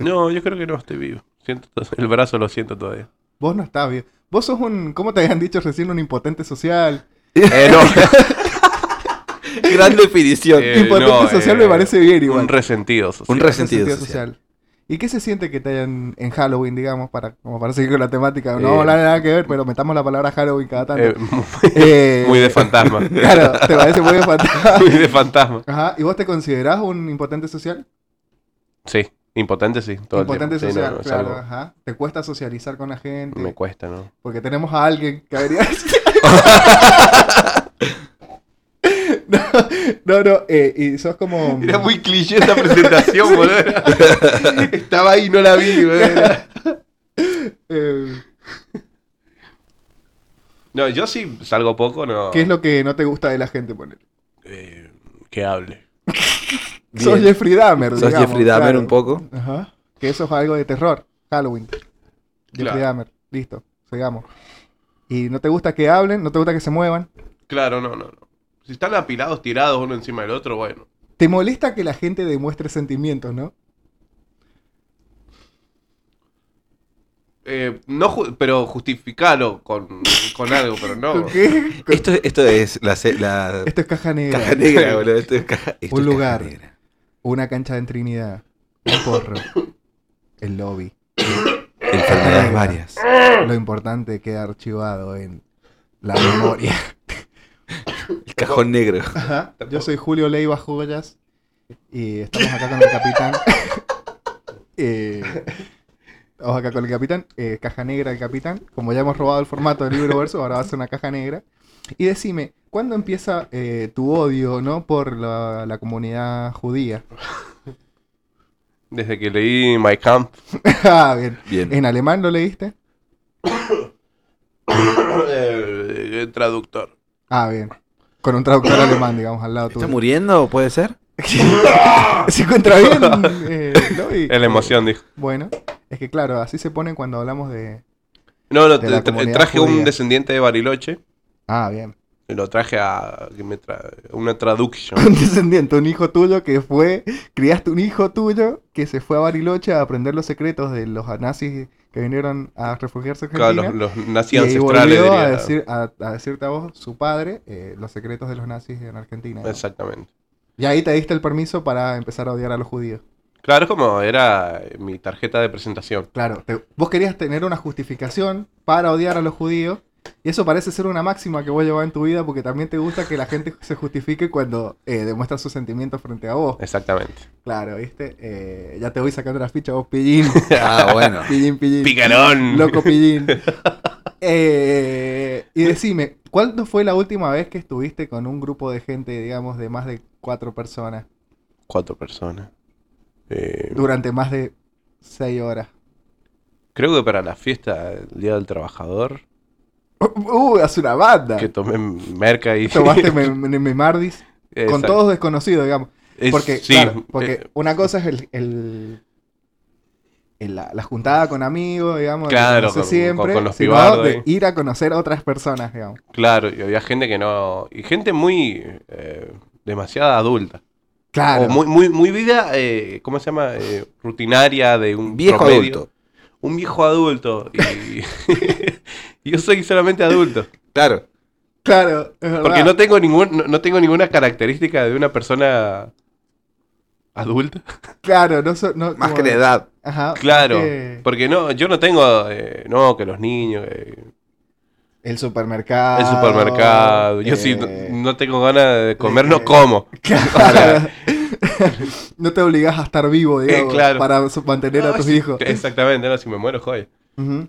No, yo creo que no estoy vivo. Siento, el brazo lo siento todavía. Vos no estás bien. Vos sos un, ¿cómo te habían dicho recién? Un impotente social. Eh, no. Gran definición. Eh, impotente no, social eh, me parece bien igual. Un resentido social. Un resentido social. ¿Y qué se siente que te hayan en Halloween, digamos, para como para seguir con la temática? No, Eh, no nada que ver, pero metamos la palabra Halloween cada tanto. Eh, Eh, muy de fantasma. muy Claro, te parece muy de fantasma. de fantasma. Ajá, ¿y vos te considerás un impotente social? Sí, impotente sí. Todo el impotente tiempo. Sí, no, social, no, es claro, algo- ajá. Te cuesta socializar con la gente, Me cuesta, ¿no? porque tenemos a alguien que habría... no, no, no, eh, y sos como... Era muy cliché esta presentación, boludo. Estaba ahí, no la vi, eh, No, yo sí salgo poco, no. ¿Qué es lo que no te gusta de la gente, poner? Eh, que hable. Bien. Sos Jeffrey Dahmer, Sos digamos, Jeffrey Dahmer claro. un poco. Ajá. Que eso es algo de terror. Halloween. Jeffrey Claro. Dahmer. Listo. Sigamos. Y no te gusta que hablen, no te gusta que se muevan. Claro, no, no, no. Si están apilados, tirados uno encima del otro, bueno. Te molesta que la gente demuestre sentimientos, ¿no? Eh, no ju- pero justificalo con, con algo, pero no. ¿Con qué? Con- Esto, esto es la, se- la Esto es caja negra. caja negra, boludo. Esto es caja, esto Un es caja lugar. negra. Una cancha en Trinidad. Un porro. El lobby. Enfermedades Negra. varias. Lo importante queda archivado en la memoria. El cajón negro. Ajá. Yo soy Julio Leiva Joyas. Y estamos acá con el capitán. Eh, estamos acá con el capitán. eh, caja negra el capitán. Como ya hemos robado el formato del libro verso, ahora va a ser una caja negra. Y decime, ¿cuándo empieza eh, tu odio, no? Por la, la comunidad judía. Desde que leí My Camp. Ah, bien. Bien. ¿En alemán lo leíste? eh, traductor. Ah, bien. Con un traductor alemán, digamos, al lado ¿Está tuyo. muriendo? ¿Puede ser? Se encuentra bien. eh, ¿no? Y- Es la emoción, dijo. Bueno, es que claro, así se ponen cuando hablamos de... No, no, De la tra- comunidad traje judía. un descendiente de Bariloche. Ah, bien. Lo traje a. que me tra- una traducción. un descendiente, un hijo tuyo que fue, criaste un hijo tuyo que se fue a Bariloche a aprender los secretos de los nazis que vinieron a refugiarse a Claro, Argentina. los, los y nazis ahí ancestrales, volvió diría. a, decir, a, a decirte a vos, su padre, eh, los secretos de los nazis en Argentina. ¿no? Exactamente. Y ahí te diste el permiso para empezar a odiar a los judíos. Claro, como era mi tarjeta de presentación. Claro, te- vos querías tener una justificación para odiar a los judíos. Y eso parece ser una máxima que vos llevás en tu vida porque también te gusta que la gente se justifique cuando eh, demuestra sus sentimientos frente a vos. Exactamente. Claro, ¿viste? Eh, ya te voy sacando las fichas, vos pillín. Ah, bueno. pillín, pillín. ¡Picarón! Loco pillín. Eh, y decime, ¿cuándo fue la última vez que estuviste con un grupo de gente, digamos, de más de cuatro personas Cuatro personas. Eh, durante más de seis horas? creo que para la fiesta del Día del Trabajador, ¡Uh! Hace una banda. que tomé merca y. Tomaste me- me- me Mardis con Exacto. todos desconocidos, digamos. Es- Porque, sí, claro, porque eh, una cosa es el, el- el- la, la juntada con amigos, digamos, de Claro, conocer con- siempre, con- con los eh. sino pibardos de ahí. ir a conocer a otras personas, digamos. claro, y había gente que no. Y gente muy. eh, demasiada adulta. Claro. O muy, muy, muy vida, eh, ¿cómo se llama? Eh, rutinaria de un Viejo promedio. adulto. Un viejo adulto. Y... Yo soy solamente adulto. Claro. Claro, es Porque verdad. no tengo ningún, no, no tengo ninguna característica de una persona adulta. Claro, no, so- no- Más como- que la edad. Ajá. Claro. eh, Porque no, yo no tengo, eh, no, que los niños, eh, el supermercado. el supermercado. Yo sí no, Ah, mm, eh, no tengo ganas de comer, eh, no como. Claro. no te obligas a estar vivo, digamos, Eh, claro. para so- mantener a No, tus sí, Eh, hijos. Exactamente, no, si me muero, joder. Ujú.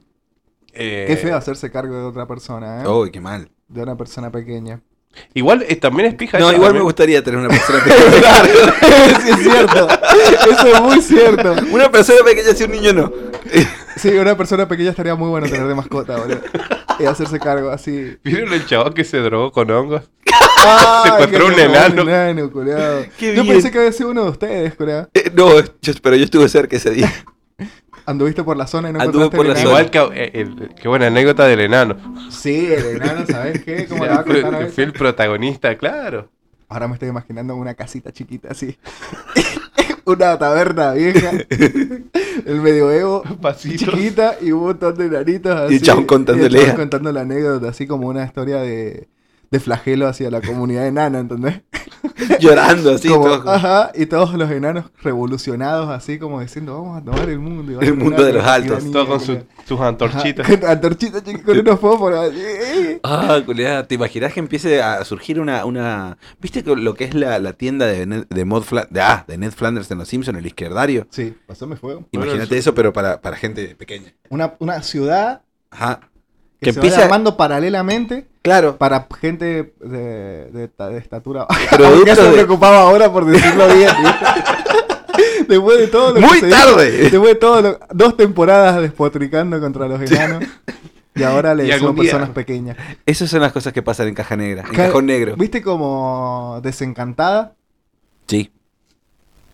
Eh, Qué feo hacerse cargo de otra persona, Oh. ¿eh? Uy, qué mal. De una persona pequeña. Igual eh, también es pija. No, eso igual me también. gustaría tener una persona pequeña. sí, es cierto. Eso es muy cierto. Una persona pequeña si un niño no. Sí, una persona pequeña estaría muy bueno tener de mascota, boludo. Y hacerse cargo así. ¿Vieron el chabón que se drogó con hongos? ¡Ah, Secuestró que un se robó enano. enano, culiao. Qué Yo bien. pensé que había sido uno de ustedes, culiao. Eh, no, yo- pero yo estuve cerca ese día. Anduviste por la zona y no Anduve encontraste por el la enano. Igual que. eh, el- qué buena anécdota del enano. Sí, el enano, ¿sabes qué? ¿Cómo le va a Fui- contar a Fui él? el protagonista, claro. Ahora me estoy imaginando una casita chiquita así. una taberna vieja. El medioevo, Pasitos. chiquita y un montón de nanitos así. Y el chabón contándole. y el chabón contando la anécdota, así como una historia de, de flagelo hacia la comunidad enana, ¿entendés? Llorando así. Como, "Ah, todos- Ajá, y todos los enanos revolucionados, así como diciendo, vamos a tomar el mundo. y va a El tomar mundo de la los altos. tiranía, Todos con como- su- sus antorchitas. Ajá, con antorchitas, chicos, con unos fósforos. así, ¡eh! Ah, culiada, ¿te imaginas que empiece a surgir una... una... ¿Viste que lo que es la, la tienda de, Ned- de, Mod Fla- de, ah, de Ned Flanders en Los Simpsons, el izquierdario? Sí, pasame fuego. Bueno, Imagínate eso- eso, pero para, para gente pequeña. Una, una ciudad Ajá. que, Que se empieza- vaya armando paralelamente Claro. para gente de, de, ta- de estatura baja. Producto Ya se de- preocupaba ahora por decirlo bien. ¿viste? Después de todo lo que Muy se tarde. Después de todo lo- dos temporadas despotricando contra los enanos. Y ahora le Y decimos algún día- personas pequeñas. Esas son las cosas que pasan en Caja Negra, en Ca- Cajón Negro. ¿Viste como desencantada? Sí.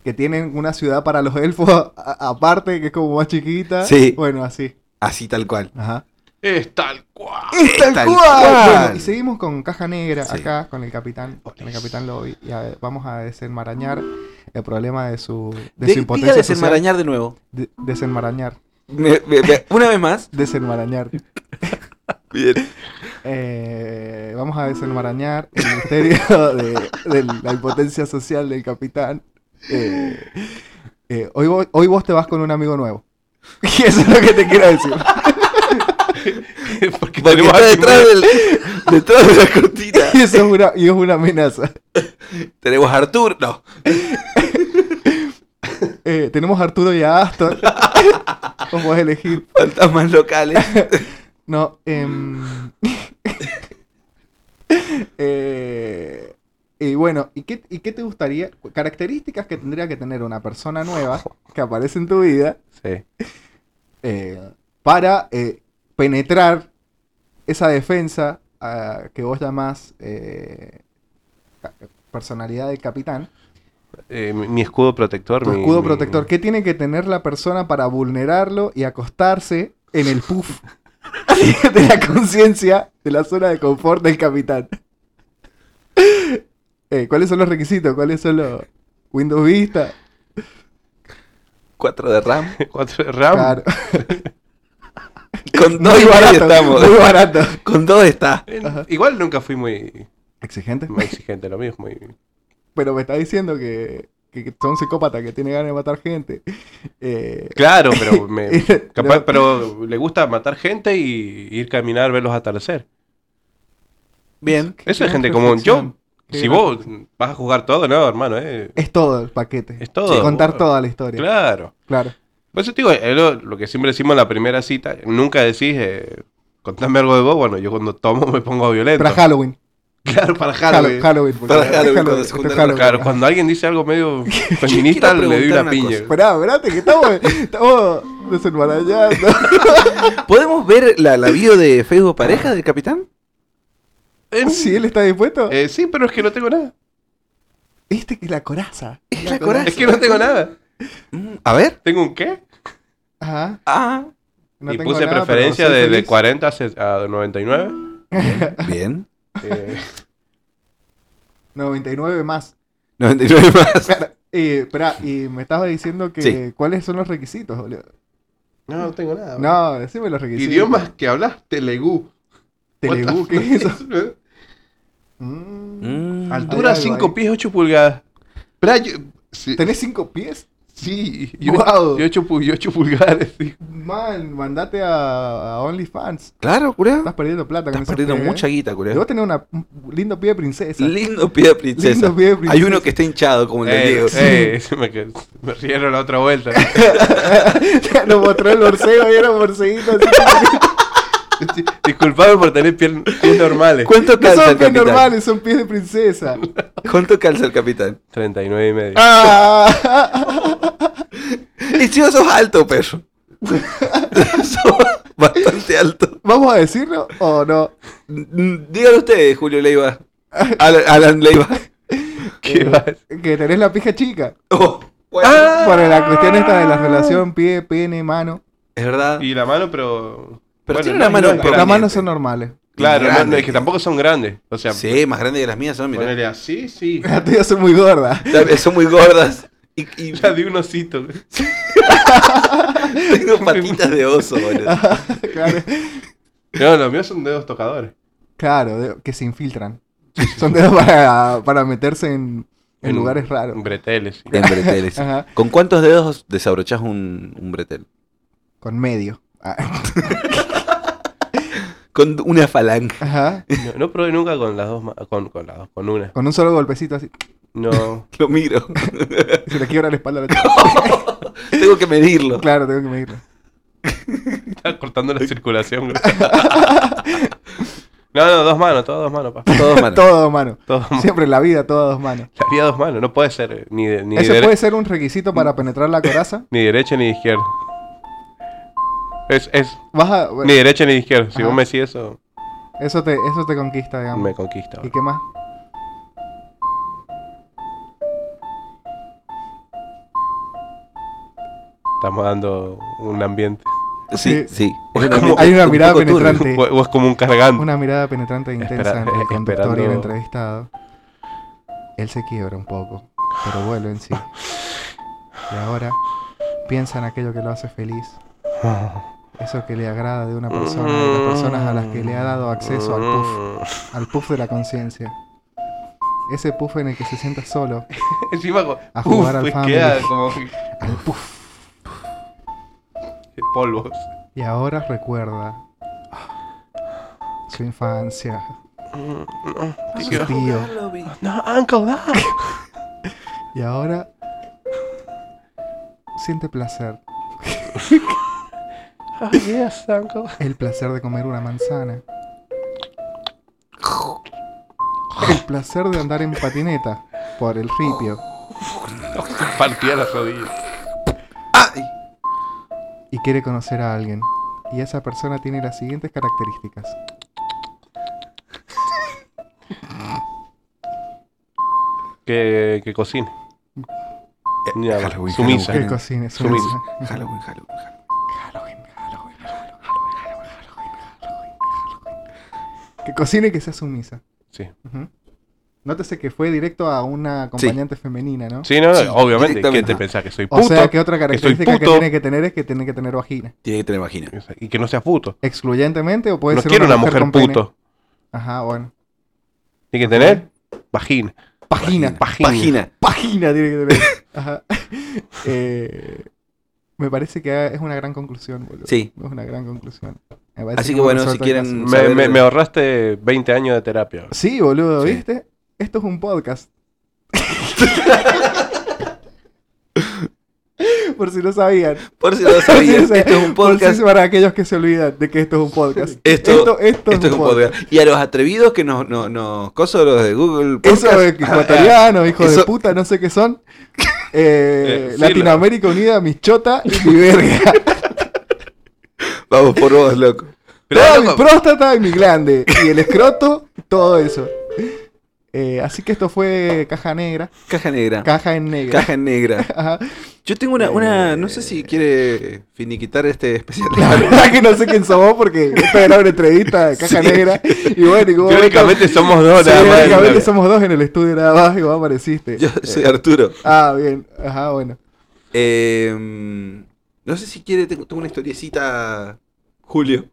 Que tienen una ciudad para los elfos a- a- aparte, que es como más chiquita. Sí. Bueno, así. Así tal cual. Ajá. Es tal cual. ¡Es tal, Bueno, y seguimos con Caja Negra Sí. acá, con el capitán, con el capitán Lobby. Y a ver, vamos a desenmarañar el problema de su, de De- su diga impotencia. social. desenmarañar de nuevo. De- desenmarañar. Me- me- me- una vez más. Desenmarañar. Eh, vamos a desenmarañar el misterio de, de la impotencia social del capitán. Eh, eh, hoy, vos, hoy vos te vas con un amigo nuevo. Y eso es lo que te quiero decir. Porque Porque tenemos está aquí un- detrás, del, detrás de la cortina. Y eso es una, y es una amenaza. Tenemos a Arturo. No. Eh, tenemos a Arturo y a Astor. Vos podés elegir. Fantasmas locales. No, em, eh, y bueno, ¿y qué, ¿y qué te gustaría? Características que tendría que tener una persona nueva que aparece en tu vida Sí. eh, para eh, penetrar esa defensa ah, que vos llamás eh, ca- personalidad del capitán, Eh, mi, mi escudo protector. tu mi- escudo mi- protector. ¿Qué tiene que tener la persona para vulnerarlo y acostarse en el puff de la conciencia de la zona de confort del capitán? Eh, ¿Cuáles son los requisitos? ¿Cuáles son los Windows Vista? Cuatro de RAM. Cuatro de RAM. Claro. Con dos Muy y medio barato, estamos. muy barato. Con dos está. Eh, Ajá. Igual nunca fui muy, Exigente. muy exigente, lo mío es muy. Pero me está diciendo que, que que son psicópatas, que tiene ganas de matar gente. Eh, Claro, pero me- Eh, capaz, No. pero le gusta matar gente y ir caminar, verlos atardecer. Bien. Eso es gran gente común. Yo, reflexión. Qué si gran- vos vas a jugar todo, no, hermano, eh, Es todo el paquete. es todo. Contar vos. toda la historia. Claro. Claro. Por eso te digo, eh, lo, lo que siempre decimos en la primera cita, nunca decís, eh, contame algo de vos. Bueno, yo cuando tomo me pongo violento. Para Halloween. Claro, para Halloween. Halloween. Halloween. porque- Para Halloween, cuando se esto es juntan los Claro, Ajá. cuando alguien dice algo medio feminista, Quiero le doy preguntar una una piña. cosa. Esperá, esperate, que estamos, estamos desenmarañando. ¿Podemos ver la, la bio de Facebook pareja del capitán? Eh, si él está dispuesto. eh, sí, pero es que no tengo nada. Este que es la coraza. Es la coraza. Es que no tengo nada. Mm, A ver. ¿Tengo un qué? Ajá. Ah. no y tengo puse nada, pero preferencia soy de, de feliz. 40 a ses- a 99. Bien. Eh, 99 más. 99 más. Claro. Eh, esperá, y me estabas diciendo que Sí. cuáles son los requisitos, boludo. no, no tengo nada. No, decime los requisitos. Idiomas que hablas, Telegú. Telegú, What ¿qué the es eso? fuck? Mm. Mm. Altura Hay algo 5 ahí. pies 8 pulgadas. Brayo. Sí, ¿Tenés cinco pies? sí, Guau. 8 pulgares. sí. Man, mandate a, a OnlyFans. Claro, curado. Estás perdiendo plata con Estás esos perdiendo pies, mucha ¿eh? guita, Debo curado. tener una, un lindo pie de princesa. Lindo pie de princesa. Lindo pie de princesa. Hay uno que está hinchado, como el de Eh, Diego. eh, se me, qued- me rieron la otra vuelta. Nos mostró el borcego y era un borseguito así. Di- Disculpame por tener piel- pies normales. ¿Cuánto No calza son el pies capitán? normales, son pies de princesa. ¿Cuánto calza el capitán? 39 y medio. Ah. Y si vos sos alto, perro. sos bastante alto. ¿Vamos a decirlo o no? Mm, Díganlo ustedes, Julio Leiva. Al- Alan Leiva. ¿Qué Eh, vas? Que tenés la pija chica. Oh, bueno. Por la cuestión esta de la relación pie, pene, mano. Es verdad. Y la mano, pero. Pero Bueno, tiene no una es mano grande. un poco- Las Grande. manos son normales. Claro, no, no, grande. es que tampoco son grandes. O sea, Sí, más grande que las mías son, mira. ponele así, sí. Las tuyas son muy gordas. Son muy gordas. Y, y- Ya de un osito. Tengo patitas de oso, boludo. Ah. claro, No, los míos son dedos tocadores. claro, de- que se infiltran. Son dedos para, para meterse en, en En- lugares raros. Breteles. sí. En breteles. Ajá. ¿Con cuántos dedos desabrochás un, un bretel? Con medio. Ah, Con una falange. Ajá. No, no probé nunca con las dos, ma- con, con las dos, con una. Con un solo golpecito así. No. Lo miro. Se le quiebra la espalda a la chica. Tengo que medirlo. Claro, tengo que medirlo. Estaba cortando la circulación, güey. No, no, dos manos, todas dos manos, pa. Todos manos. Todo a dos manos. Todas dos manos. Siempre en la vida, todo a dos manos. Había dos manos, no puede ser eh, ni, de- ni, ¿Ese dere- puede ser un requisito para penetrar la coraza? ni derecha ni izquierda. Es, es, Vas a- ni derecha ni izquierda. Si Ajá. vos me decís eso, eso, te, eso te conquista, digamos. me conquista. ¿Y qué más? Estamos dando un ambiente. Sí, sí. Es Bueno, como- un- hay una un mirada poco turbio. penetrante. Sí. O, o es como un cargante. Una mirada penetrante e intensa Espera- entre el eh, conductor y el esperando- entrevistado. Él se quiebra un poco, pero vuelve en sí. Y ahora piensa en aquello que lo hace feliz, eso que le agrada de una persona, de las personas a las que le ha dado acceso al puff, puff. al puff de la conciencia. Ese puff en el que se sienta solo, Mm. Encima, co- A jugar al pues, Family. queda como que- al puff. polvos. Y ahora recuerda su infancia, su tío. No, Uncle, no. Y ahora siente placer. Oh, yes, Uncle. El placer de comer una manzana. El placer de andar en patineta por el ripio. Partía las rodillas. Ay. Y quiere conocer a alguien. Y esa persona tiene las siguientes características. Que, que cocine. Ya, Halloween, sumisa. Que Halloween, cocine, su Sumisa. mesa. Halloween, Halloween, Halloween. Halloween, Halloween, Halloween, Halloween, Halloween, Halloween, Halloween. Que cocine y que sea sumisa. Sí. Ujú. Nótese que fue directo a una acompañante femenina, ¿no? Sí, no, Sí, obviamente. ¿Quién directamente. te pensás que soy O puto? sea que otra soy característica que puto. tiene que tener es que tiene que tener vagina. Tiene que tener vagina. Y que no seas puto. Excluyentemente o puede No ser quiero una mujer, con pene? puto. Ajá, bueno. Tiene que tener vagina. Página. Vagina. Vagina. Página tiene que tener. Ajá. Eh, me parece que es una gran conclusión, boludo. Sí. Es una gran conclusión. Me parece Así que hemos bueno, si resuelto quieren- el caso. Me, me- me ahorraste 20 años de terapia. Sí, boludo, Sí. ¿viste? Esto es un podcast. Por si lo sabían. Por si no lo Por sabías, si- esto es un Por podcast. si para aquellos que se olvidan de que esto es un podcast. Esto- esto Esto es un podcast. Y a los atrevidos que nos, nos, nos coso los de Google Eso Podcast. Ah, de que ecuatorianos, hijos de Eso- puta, no sé qué son. Eh, Eh, sí, Latinoamérica Unida, Michota y mi verga. Vamos por vos, loco. Toda mi próstata y mi glande. Y el escroto, todo eso. Eh, así que esto fue Caja Negra. Caja negra. Caja en negra. Ah. Caja negra. Ajá. Yo tengo una, una. No sé si quiere finiquitar este especial. de La Halloween. verdad que no sé quién somos porque esta era una entrevista de Caja Sí. Negra. Y bueno, y como Teóricamente somos dos, Sí, nada más. teóricamente somos dos en el estudio nada más y vos apareciste. Yo soy Arturo. Ah, bien. Ajá, bueno. Eh, no sé si quiere. Tengo, tengo una historiecita. Julio.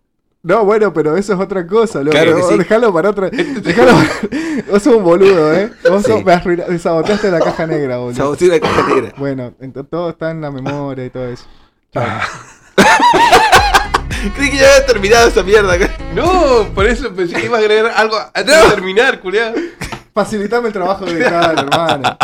No, bueno, pero eso es otra cosa, loco. Claro que Vos sí. Este Dejalo para otra. Dejalo para- Vos sos un boludo, ¿eh? Vos sos- Sí. me arruinaste, saboteaste la caja negra, boludo. Sabotear la caja negra. Bueno, ento- todo está en la memoria y todo eso. Creí que ya había terminado esa mierda. No, por eso pensé que iba a agregar algo antes de terminar, culiado. Facilitame el trabajo de cada hermano.